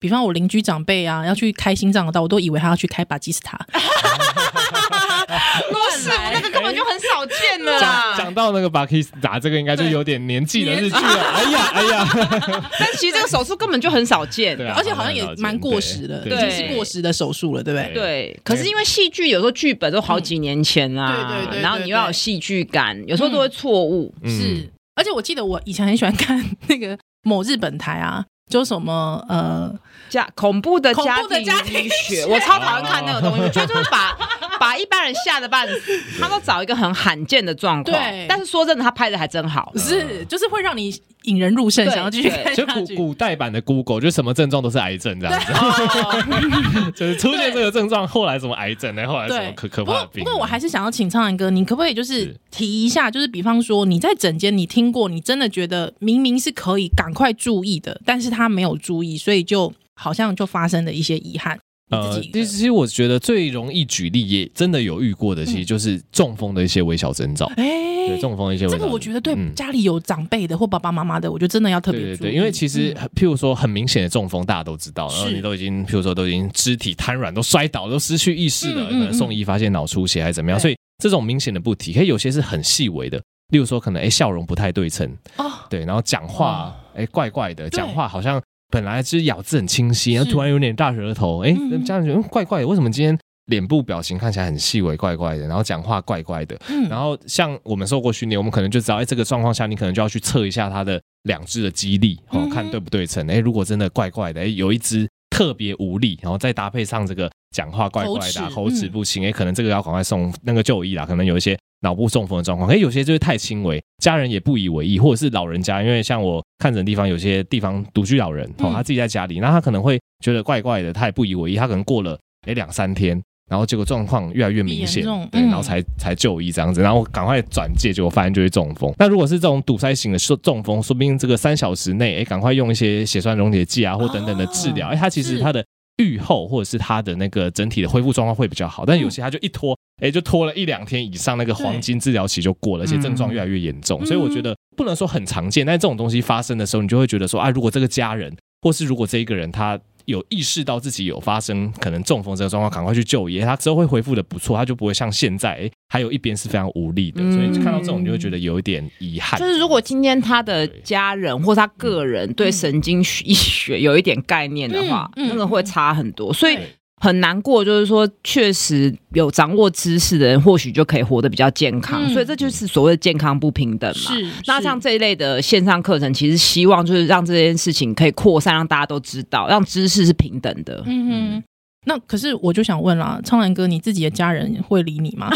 Speaker 3: 比方我邻居长辈啊，要去开心脏的刀，我都以为他要去开巴基斯塔。
Speaker 2: 不是，我那个根本就很少见啊了
Speaker 4: [LAUGHS]
Speaker 3: 啊
Speaker 4: 讲
Speaker 2: 啦。
Speaker 4: 讲到那个 b a k i s 打这个，应该就有点年纪的日剧了。哎呀，哎呀，
Speaker 2: 但其实这个手术根本就很少见。
Speaker 4: 对啊
Speaker 3: 而且好像也蛮过时的，已
Speaker 4: 对
Speaker 3: 经
Speaker 2: 对
Speaker 3: 是过时的手术了，对不对？
Speaker 2: 对，可是因为戏剧有时候剧本都好几年前啦、
Speaker 3: 嗯对对对对
Speaker 2: 然后你又要有戏剧感，有时候都会错误。
Speaker 3: [LAUGHS] 是，而且我记得我以前很喜欢看 [LAUGHS] 那个某日本台啊，就什么呃，
Speaker 2: 家恐怖的家
Speaker 3: 恐怖的家庭
Speaker 2: 医
Speaker 3: 医
Speaker 2: 学，
Speaker 3: 学
Speaker 2: 我超讨厌看那个东西，我觉得就是
Speaker 3: [LAUGHS]
Speaker 2: 把把一般人吓得半死。他都找一个很罕见的状况
Speaker 3: 对，
Speaker 2: 但是说真的，他拍的还真好。
Speaker 3: 是就是会让你引人入胜，
Speaker 2: 对
Speaker 3: 想要继续
Speaker 2: 对
Speaker 3: 看
Speaker 4: 就
Speaker 3: 下
Speaker 4: 古
Speaker 3: 去。
Speaker 4: 古代版的 Google，就什么症状都是癌症这样子，
Speaker 2: 哦
Speaker 4: 就是出现这个症状，后来什么癌症，然后后来什么
Speaker 3: 对，
Speaker 4: 可可
Speaker 3: 不
Speaker 4: 怕的
Speaker 3: 过
Speaker 4: 病。啊
Speaker 3: 不过我还是想要请苍兰哥，你可不可以就是
Speaker 4: 是
Speaker 3: 提一下，就是比方说你在整间你听过，你真的觉得明明是可以赶快注意的，但是他没有注意，所以就好像就发生了一些遗憾。你自己
Speaker 4: 其呃实其实我觉得最容易举例也真的有遇过的，其实就是中风的一些微小征兆。
Speaker 3: 嗯哎、
Speaker 4: 对中风的一些微
Speaker 3: 这
Speaker 4: 小，
Speaker 3: 个我觉得对
Speaker 4: 嗯
Speaker 3: 家里有长辈的或爸爸妈妈的，我觉得真的要特
Speaker 4: 对
Speaker 3: 别
Speaker 4: 对
Speaker 3: 注意。
Speaker 4: 对，因为其实
Speaker 3: 嗯
Speaker 4: 很譬如说很明显的中风，大家都知道，然后
Speaker 3: 是
Speaker 4: 你都已经譬如说都已经肢体瘫软、都摔倒、都失去意识了，
Speaker 3: 嗯嗯
Speaker 4: 可能送医发现脑出血还是怎么样，
Speaker 3: 对
Speaker 4: 所以这种明显的不提，可以有些是很细微的，例如说可能哎笑容不太对称，
Speaker 3: 哦，
Speaker 4: 对，然后讲话哎怪怪的，
Speaker 3: 对
Speaker 4: 讲话好像本来就是咬字很清晰，然后
Speaker 3: 是
Speaker 4: 突然有点大舌头，哎
Speaker 3: 嗯嗯，
Speaker 4: 家人觉得嗯怪怪的，为什么今天脸部表情看起来很细微怪怪的，然后讲话怪怪的，
Speaker 3: 嗯
Speaker 4: 然后像我们受过训练，我们可能就知道，哎，这个状况下你可能就要去测一下它的两只的肌力，哦
Speaker 3: 嗯，哼
Speaker 4: 看对不对称。哎，如果真的怪怪的，哎，有一只特别无力，然后再搭配上这个讲话怪怪的啊、
Speaker 3: 口齿嗯
Speaker 4: 口齿不清，哎，可能这个要赶快送那个就医啦。可能有一些脑部中风的状况，哎，有些就是太轻微，家人也不以为意，或者是老人家，因为像我看诊的地方有些地方独居老人，哦
Speaker 3: 嗯，
Speaker 4: 他自己在家里，那他可能会觉得怪怪的，他也不以为意，他可能过了哎两三天。然后结果状况越来越明显
Speaker 3: 严重，
Speaker 4: 对，
Speaker 3: 嗯
Speaker 4: 然后才。才才就医这样子，然后赶快转介，结果发现就是中风。那如果是这种堵塞型的中中风，说不定这个三小时内，哎，赶快用一些血栓溶解剂啊，或等等的治疗，
Speaker 3: 哦
Speaker 4: 哎、它其实
Speaker 3: 是
Speaker 4: 它的愈后或者是它的那个整体的恢复状况会比较好。
Speaker 3: 嗯
Speaker 4: 但有些它就一拖，哎，就拖了一两天以上，那个黄金治疗期就过了，而且症状越来越严重。
Speaker 3: 嗯
Speaker 4: 所以我觉得不能说很常见，但是这种东西发生的时候，你就会觉得说，啊，如果这个家人或是如果这一个人他有意识到自己有发生可能中风这个状况，赶快去就医，他之后会恢复的不错，他就不会像现在，哎、还有一边是非常无力的，
Speaker 2: 嗯
Speaker 4: 所以看到这种你就会觉得有一点遗憾。
Speaker 2: 就是如果今天他的家人或他个人对神经学医学有一点概念的话，
Speaker 3: 嗯嗯嗯
Speaker 2: 那个会差很多，所以
Speaker 3: 对。
Speaker 2: 很难过，就是说，确实有掌握知识的人，或许就可以活得比较健康，
Speaker 3: 嗯
Speaker 2: 所以这就是所谓的健康不平等嘛。
Speaker 3: 是
Speaker 2: 那
Speaker 3: 是
Speaker 2: 像这一类的线上课程，其实希望就是让这件事情可以扩散，让大家都知道，让知识是平等的。
Speaker 3: 嗯哼。那可是我就想问啦，苍兰哥，你自己的家人会理你吗？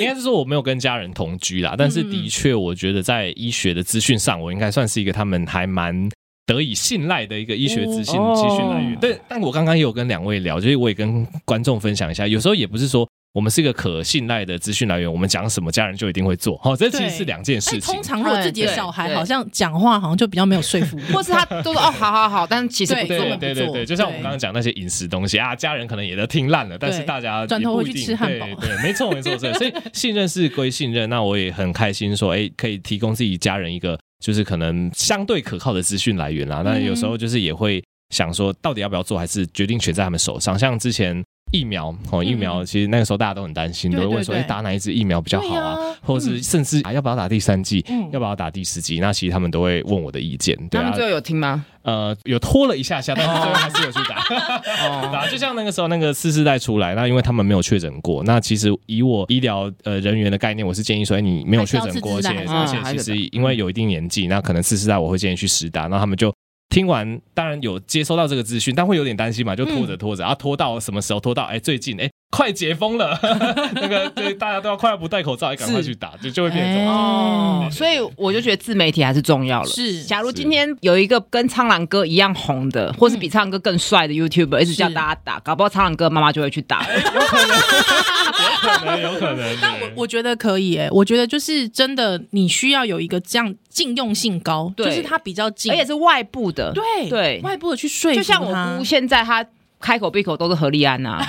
Speaker 4: 应该是说我没有跟家人同居啦，但是的确，我觉得在医学的资讯上，我应该算是一个他们还蛮。得以信赖的一个医学资讯
Speaker 2: 哦
Speaker 4: 资讯来源，对。但我刚刚也有跟两位聊，就是我也跟观众分享一下，有时候也不是说我们是一个可信赖的资讯来源，我们讲什么家人就一定会做，哦，这其实
Speaker 3: 对
Speaker 4: 是两件事
Speaker 3: 但
Speaker 4: 情
Speaker 3: 通。常如果自己的
Speaker 2: 哎
Speaker 3: 小孩
Speaker 2: 对
Speaker 3: 好像讲话好像就比较没有说
Speaker 2: [LAUGHS]
Speaker 3: 服力，
Speaker 2: 或是他都说哦，好好好，但其实不
Speaker 4: [LAUGHS] 对
Speaker 2: 做
Speaker 3: 根
Speaker 4: 对对
Speaker 3: 本不
Speaker 4: 对
Speaker 3: 做
Speaker 4: 对，就像我们
Speaker 3: 对
Speaker 4: 刚刚讲那些饮食东西啊，家人可能也都听烂了，但是
Speaker 3: 对
Speaker 4: 大家也
Speaker 3: 转头
Speaker 4: 不
Speaker 3: 回
Speaker 4: 一
Speaker 3: 去
Speaker 4: 定
Speaker 3: 吃汉堡
Speaker 4: 对对，没错没错，
Speaker 3: [LAUGHS]
Speaker 4: 是的所以信任是归信任，那我也很开心说，哎，可以提供自己家人一个就是可能相对可靠的资讯来源啦。啊
Speaker 3: 嗯
Speaker 4: 那有时候就是也会想说，到底要不要做，还是决定权在他们手上。像之前疫苗哦，疫苗其实那个时候大家都很担心，都
Speaker 3: 嗯对
Speaker 4: 会问说，
Speaker 3: 对
Speaker 4: 哎，
Speaker 3: 对
Speaker 4: 打哪一支疫苗比较好啊
Speaker 3: 对啊？
Speaker 4: 或者是甚至啊要不要打第三剂
Speaker 3: 嗯，
Speaker 4: 要不要打第四剂？那其实他们都会问我的意见，对
Speaker 2: 他
Speaker 4: 啊
Speaker 2: 们最，后有听吗？
Speaker 4: 呃，有拖了一下下，但是最后还是有去打。 [LAUGHS] 啊
Speaker 2: 哦，
Speaker 4: 打就像那个时候那个四世代出来，那因为他们没有确诊过，那其实以我医疗呃人员的概念，我是建议说，哎，你没有确诊过，
Speaker 3: 还
Speaker 4: 而
Speaker 3: 是
Speaker 4: 且
Speaker 3: 要
Speaker 2: 次世代
Speaker 4: 而且
Speaker 2: 嗯
Speaker 4: 其实因为有一定年纪，那可能四世代我会建议去实打，那他们就。听啊完当然有接收到这个资讯，但会有点担心嘛，就拖着拖着，然后、拖到什么时候？拖到哎最近哎快解封了，那个对大家都要快要不戴口罩，哎也赶快去打，就就会变成这
Speaker 3: 哎
Speaker 4: 种。
Speaker 2: 哦，所以我就觉得自媒体还是重要了。
Speaker 3: 是
Speaker 2: 假如今天有一个跟苍狼哥一样红的，或是比苍狼哥更帅的 YouTuber，一直叫大家打，搞不好苍狼哥妈妈就会去打。
Speaker 4: 啊可能有可能。
Speaker 3: 但我我觉得可以诶、哎我觉得就是真的，你需要有一个这样禁用性高，
Speaker 2: 对
Speaker 3: 就是它比较近，
Speaker 2: 而且是外部的，
Speaker 3: 对
Speaker 2: 对
Speaker 3: 外部的去说服
Speaker 2: 就
Speaker 3: 它，
Speaker 2: 像我姑现在她开口闭口都是何立安啊呐、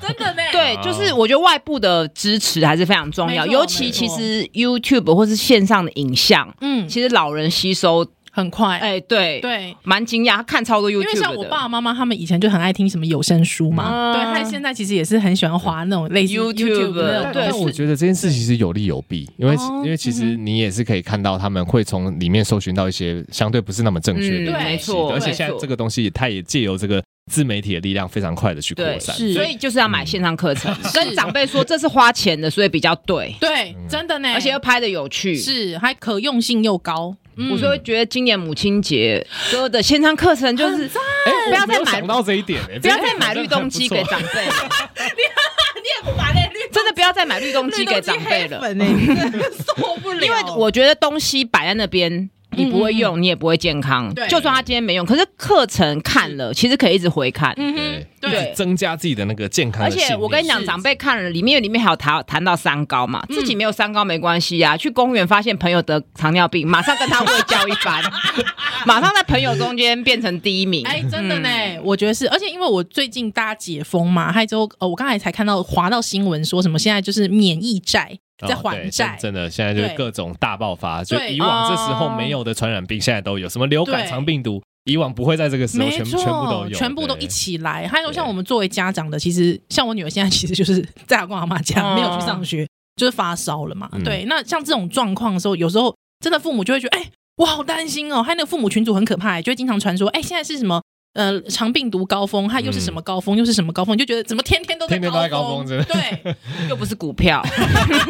Speaker 3: 真的呢， [LAUGHS]
Speaker 2: 对，就是我觉得外部的支持还是非常重要，
Speaker 3: 没错
Speaker 2: 尤其
Speaker 3: 没错
Speaker 2: 其实 YouTube 或是线上的影像，
Speaker 3: 嗯，
Speaker 2: 其实老人吸收，
Speaker 3: 很快，
Speaker 2: 哎、对，
Speaker 3: 对。
Speaker 2: 蛮惊讶，他看超多 YouTube
Speaker 3: 因
Speaker 2: 的，
Speaker 3: 为像我爸爸妈妈他们以前就很爱听什么有声书嘛，
Speaker 2: 嗯
Speaker 3: 对，他现在其实也是很喜欢滑那种类似
Speaker 2: YouTube
Speaker 3: YouTube 的那种
Speaker 4: 但
Speaker 2: 对嗯
Speaker 4: 但我觉得这件事其实有利有弊，因为其
Speaker 3: 哦
Speaker 4: 因为其实你也是可以看到他们会从里面搜寻到一些相对不是那么正确的
Speaker 2: 嗯，
Speaker 4: 东西，
Speaker 2: 没错，
Speaker 4: 而且
Speaker 2: 没
Speaker 4: 现在
Speaker 2: 错
Speaker 4: 这个东西它也借由这个自媒体的力量，非常快的去扩
Speaker 2: 对
Speaker 4: 散。
Speaker 3: 是
Speaker 2: 所以就是要买线上课程，跟长辈说这是花钱的，所以比较对，
Speaker 3: 对，真的呢，
Speaker 2: 嗯而且又拍的有趣。
Speaker 3: 是嗯还可用性又高，
Speaker 2: 我就会觉得今年母亲节哥的线上课程就是
Speaker 4: 哎，我
Speaker 2: 不要
Speaker 4: 没有
Speaker 2: 再买
Speaker 4: 想到这一点，哎
Speaker 2: 不要
Speaker 4: 这个
Speaker 2: 再买
Speaker 4: 好像
Speaker 2: 绿动
Speaker 4: 还不
Speaker 2: 机
Speaker 4: 错欸
Speaker 2: 给长
Speaker 3: [LAUGHS]
Speaker 2: 辈了，
Speaker 3: 你也不把那绿
Speaker 2: 真的不要再买绿动机给长辈了，
Speaker 3: 呢，受不了，
Speaker 2: 因为我觉得东西摆在那边。你不会用，你也不会健康。
Speaker 3: 对
Speaker 2: 就算他今天没用，可是课程看了，其实可以一直回看。
Speaker 3: 嗯哼
Speaker 4: 对，
Speaker 3: 对
Speaker 2: 对，
Speaker 4: 增加自己的那个健康
Speaker 2: 而
Speaker 4: 的信念。
Speaker 2: 且我跟你讲，
Speaker 3: 是
Speaker 2: 长辈看了里面里面还有谈谈到三高嘛，自己没有三高没关系啊。去公园发现朋友得糖尿病，马上跟他喂教一番， [LAUGHS] 马上在朋友中间变成第一名。
Speaker 3: 哎，真的呢，
Speaker 2: 嗯
Speaker 3: 我觉得是，而且因为我最近大家解封嘛，还有之后呃，我刚才才看到划到新闻说什么现在就是免疫债
Speaker 4: 哦对
Speaker 3: 在还
Speaker 4: 真
Speaker 3: 债，
Speaker 4: 真的现在就是
Speaker 3: 对
Speaker 4: 各种大爆发，就
Speaker 3: 对
Speaker 4: 以往这时候
Speaker 2: 哦
Speaker 4: 没有的传染病，现在都有，什么流感、
Speaker 3: 对
Speaker 4: 肠病毒，以往不会在这个时候
Speaker 3: 没
Speaker 4: 全
Speaker 3: 错，
Speaker 4: 全部都有，
Speaker 3: 全部都一
Speaker 4: 对。
Speaker 3: 起来。还有
Speaker 4: 对
Speaker 3: 像我们作为家长的，其实像我女儿现在其实就是在阿公阿妈家，
Speaker 2: 嗯
Speaker 3: 没有去上学，就是发烧了嘛。
Speaker 4: 嗯
Speaker 3: 对，那像这种状况的时候，有时候真的父母就会觉得，哎、我好担心哦。还有那个父母群组很可怕、就会经常传说，哎、现在是什么？呃，肠病毒高峰，还有又是什么高峰，又是什么高峰，你就觉得怎么天天都在
Speaker 4: 嗯天天都在
Speaker 3: 高
Speaker 4: 高峰真的
Speaker 3: 对，
Speaker 2: 又不是股票，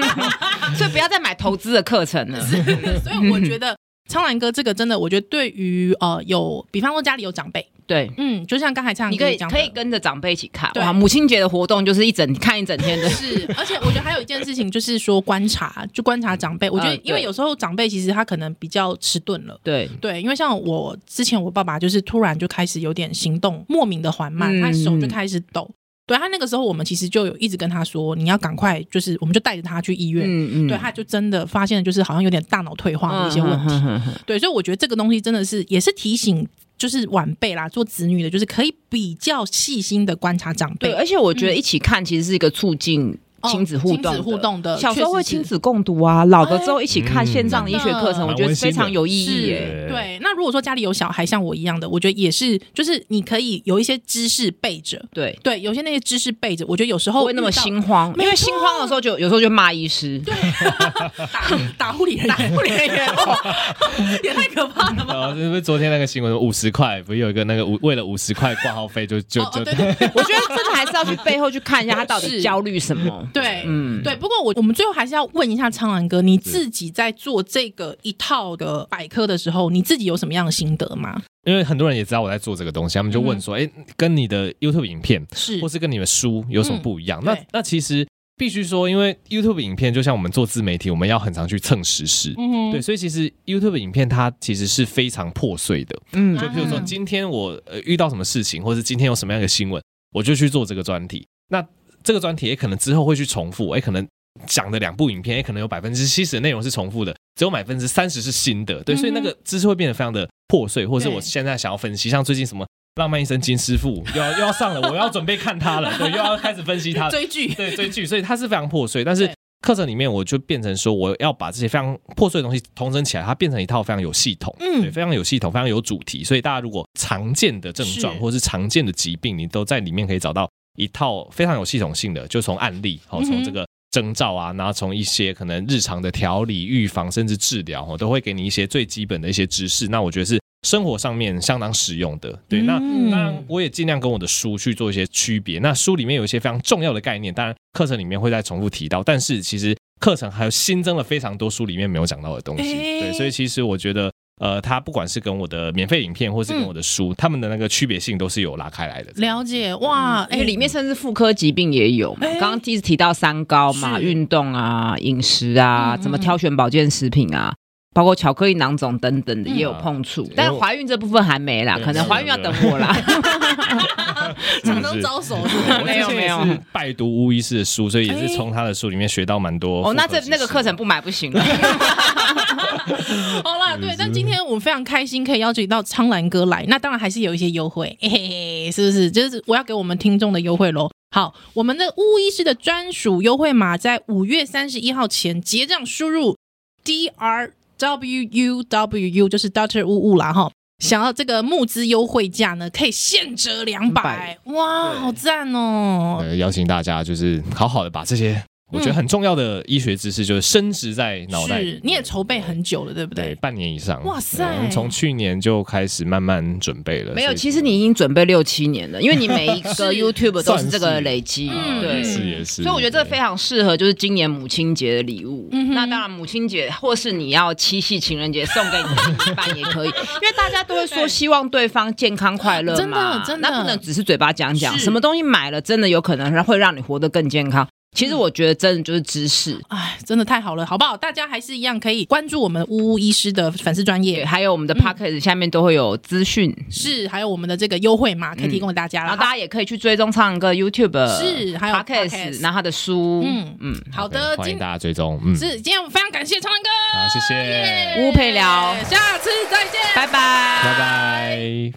Speaker 2: [LAUGHS] 所以不要再买投资的课程了。
Speaker 3: 所以我觉得苍兰哥这个真的，我觉得对于呃有，比方说家里有长辈，
Speaker 2: 对，
Speaker 3: 嗯，就像刚才苍兰
Speaker 2: 你可
Speaker 3: 哥
Speaker 2: 以
Speaker 3: 讲
Speaker 2: 可
Speaker 3: 的，
Speaker 2: 以跟着长辈一起看。
Speaker 3: 对
Speaker 2: 哇，母亲节的活动就是一整看一整天的。
Speaker 3: 是，而且我觉得还有一件事情就是说观察，就观察长辈。我觉得
Speaker 2: 嗯，对
Speaker 3: 因为有时候长辈其实他可能比较迟钝了。
Speaker 2: [LAUGHS] 对，
Speaker 3: 对，因为像我之前，我爸爸就是突然就开始有点行动莫名的缓慢，
Speaker 2: 嗯
Speaker 3: 他手就开始抖。对啊他那个时候，我们其实就有一直跟他说，你要赶快，就是我们就带着他去医院。
Speaker 2: 嗯
Speaker 3: 对，他就真的发现，就是好像有点大脑退化的一些问题。
Speaker 2: 嗯嗯嗯嗯
Speaker 3: 对，所以我觉得这个东西真的是也是提醒，就是晚辈啦，做子女的，就是可以比较细心的观察长辈。
Speaker 2: 对，而且我觉得一起看其实是一个促进
Speaker 3: 嗯哦
Speaker 2: 亲子互动的、
Speaker 3: 亲子互动的
Speaker 2: 小时候会
Speaker 3: 确实是
Speaker 2: 亲子共读啊，老的之后一起看线上的医学课程，
Speaker 4: 嗯
Speaker 2: 我觉得非常有意义耶、
Speaker 4: 是
Speaker 3: 对，那如果说家里有小孩像我一样的，我觉得也是，就是你可以有一些知识备着，
Speaker 2: 对，
Speaker 3: 对，有些那些知识备着，我觉得有时候
Speaker 2: 不会那么
Speaker 3: 遇到 [LAUGHS]
Speaker 2: 心慌，
Speaker 3: 没
Speaker 2: 因为
Speaker 3: 错
Speaker 2: 心慌的时候就有时候就骂医师。
Speaker 3: 打打护理人
Speaker 2: [LAUGHS]
Speaker 3: 员，打护理人员也太可怕了吧！
Speaker 4: 然后是不是啊昨天那个新闻五十块，不是有一个那个五为了五十块挂号费就就 [LAUGHS]
Speaker 3: 哦，
Speaker 4: 就
Speaker 3: 哦对对对
Speaker 2: 我觉得真的还是要去背后去看一下他到
Speaker 3: 是
Speaker 2: 底焦虑什么。
Speaker 3: 对，
Speaker 2: 嗯
Speaker 3: 对。不过我我们最后还是要问一下苍兰哥，你自己在做这个一套的百科的时候，你自己有什么样的心得吗？
Speaker 4: 因为很多人也知道我在做这个东西，他们就问
Speaker 3: 嗯
Speaker 4: 说，哎，跟你的 YouTube 影片
Speaker 3: 是
Speaker 4: 或是跟你们书有什么不一样？
Speaker 3: 嗯
Speaker 4: 那
Speaker 3: 对
Speaker 4: 那其实必须说，因为 YouTube 影片就像我们做自媒体，我们要很常去蹭时事。
Speaker 3: 嗯
Speaker 4: 对，，所以其实 YouTube 影片它其实是非常破碎的，
Speaker 2: 嗯
Speaker 4: 就譬如说
Speaker 3: 啊
Speaker 4: 今天我呃遇到什么事情，或是今天有什么样的新闻，我就去做这个专题。那这个专题也可能之后会去重复，哎，可能讲的两部影片，也可能有百分之七十的内容是重复的，只有百分之三十是新的。对，所以那个知识会变得非常的破碎，或是
Speaker 3: 对
Speaker 4: 我现在想要分析，像最近什么《浪漫医生金师傅》又要又要上了，我要准备看它了，对，又要开始分析它了。
Speaker 3: 追剧
Speaker 4: 对追剧，所以它是非常破碎。但是
Speaker 3: 对
Speaker 4: 课程里面，我就变成说，我要把这些非常破碎的东西统整起来，它变成一套非常有系统，
Speaker 3: 嗯
Speaker 4: 对，非常有系统，非常有主题。所以大家如果常见的症状
Speaker 3: 是
Speaker 4: 或是常见的疾病，你都在里面可以找到一套非常有系统性的，就从案例，哦，
Speaker 3: 嗯哼
Speaker 4: 从这个。征兆啊，然后从一些可能日常的调理、预防，甚至治疗，哦，都会给你一些最基本的一些知识。那我觉得是生活上面相当实用的。对，那
Speaker 3: 嗯
Speaker 4: 当然我也尽量跟我的书去做一些区别。那书里面有一些非常重要的概念，当然课程里面会再重复提到，但是其实课程还有新增了非常多书里面没有讲到的东西。
Speaker 3: 诶
Speaker 4: 对，所以其实我觉得呃，它不管是跟我的免费影片，或是跟我的书，他们的那个区别性都是有拉开来的。
Speaker 3: 了解哇，哎、
Speaker 4: 嗯
Speaker 2: 哎，里面甚至妇科疾病也有嘛。
Speaker 3: 哎
Speaker 2: 刚刚一直提到三高嘛，
Speaker 3: 是
Speaker 2: 运动啊、饮食啊，
Speaker 3: 嗯
Speaker 2: 怎么挑选保健食品啊，包括巧克力囊肿等等的
Speaker 3: 嗯
Speaker 2: 也有碰触
Speaker 4: 对。
Speaker 2: 但怀孕这部分还没啦，
Speaker 4: 对
Speaker 2: 可能
Speaker 3: 啊
Speaker 2: 怀孕要等我啦。
Speaker 3: 常常招手是不
Speaker 4: [LAUGHS] 我之
Speaker 3: 是
Speaker 2: 没有
Speaker 4: 前也
Speaker 2: 没有
Speaker 4: 是拜读巫医师的书，所以也是从他的书里面学到蛮多。
Speaker 3: [LAUGHS]
Speaker 2: 哦，那这那个课
Speaker 3: 啊
Speaker 2: 程不买不行了。
Speaker 3: [LAUGHS] 好
Speaker 4: 嗯
Speaker 3: 啦，对，但今天我们非常开心可以邀请到苍兰哥来，那当然还是有一些优惠， [LAUGHS] 嘿嘿，是不是？就是我要给我们听众的优惠喽。好，我们的巫医师的专属优惠码在五月三十一号前结账输入 D R W U W U，就是 Doctor 呜呜啦哈。想要这个募资优惠价呢，可以现折两百，哇，好赞哦！
Speaker 4: 呃，邀请大家就是好好的把这些我
Speaker 2: 嗯
Speaker 4: 觉得很重要的医学知识，就是深植在脑袋里
Speaker 3: 是
Speaker 4: 面。，
Speaker 3: 你也筹备很久了，对不
Speaker 4: 对
Speaker 3: 对？
Speaker 4: 半年以上。
Speaker 3: 哇塞
Speaker 4: 对我们从去年就开始慢慢准备了。
Speaker 2: 没有，
Speaker 4: 所以
Speaker 2: 其实你已经准备六七年了，因为你每一
Speaker 3: [LAUGHS]
Speaker 2: 个 YouTube 都
Speaker 4: 算
Speaker 2: 是
Speaker 4: 是
Speaker 2: 这个累积，
Speaker 3: 嗯
Speaker 4: 也
Speaker 2: 对。
Speaker 4: 是也是。
Speaker 2: 所以我觉得这个
Speaker 4: 对
Speaker 2: 非常适合，就是今年母亲节的礼物。
Speaker 3: 嗯哼
Speaker 2: 那当然，母亲节或是你要七夕情人节送给你的另一半也
Speaker 3: [LAUGHS]
Speaker 2: 可以，因为大家都会说希望对方健康快乐嘛，
Speaker 3: 真的真的
Speaker 2: 那不能只是嘴巴讲讲，
Speaker 3: 是
Speaker 2: 什么东西买了真的有可能会让你活得更健康。其
Speaker 3: 嗯
Speaker 2: 实我觉得真的就是知识，
Speaker 3: 哎，真的太好了，好不好？大家还是一样可以关注我们呜呜医师的粉丝专
Speaker 2: 也
Speaker 3: 业，
Speaker 2: 还有我们的 p o c k e t 下面都会有资讯，
Speaker 3: 是还有我们的这个优惠码可以提供给大家
Speaker 2: 然
Speaker 3: 啦。
Speaker 2: 后大家也可以去追踪唱歌 YouTube，
Speaker 3: 是还有
Speaker 2: p o c k e
Speaker 3: podcast
Speaker 2: t 然后他的书，
Speaker 3: 嗯
Speaker 2: 嗯嗯，
Speaker 3: 好的，
Speaker 4: 对欢
Speaker 3: 今
Speaker 4: 迎大家追踪。嗯，
Speaker 3: 是今天我们非常感谢长安哥，
Speaker 4: 好，谢谢，
Speaker 2: 乌配聊，
Speaker 3: 下次再见，
Speaker 2: 拜拜，
Speaker 4: 拜拜。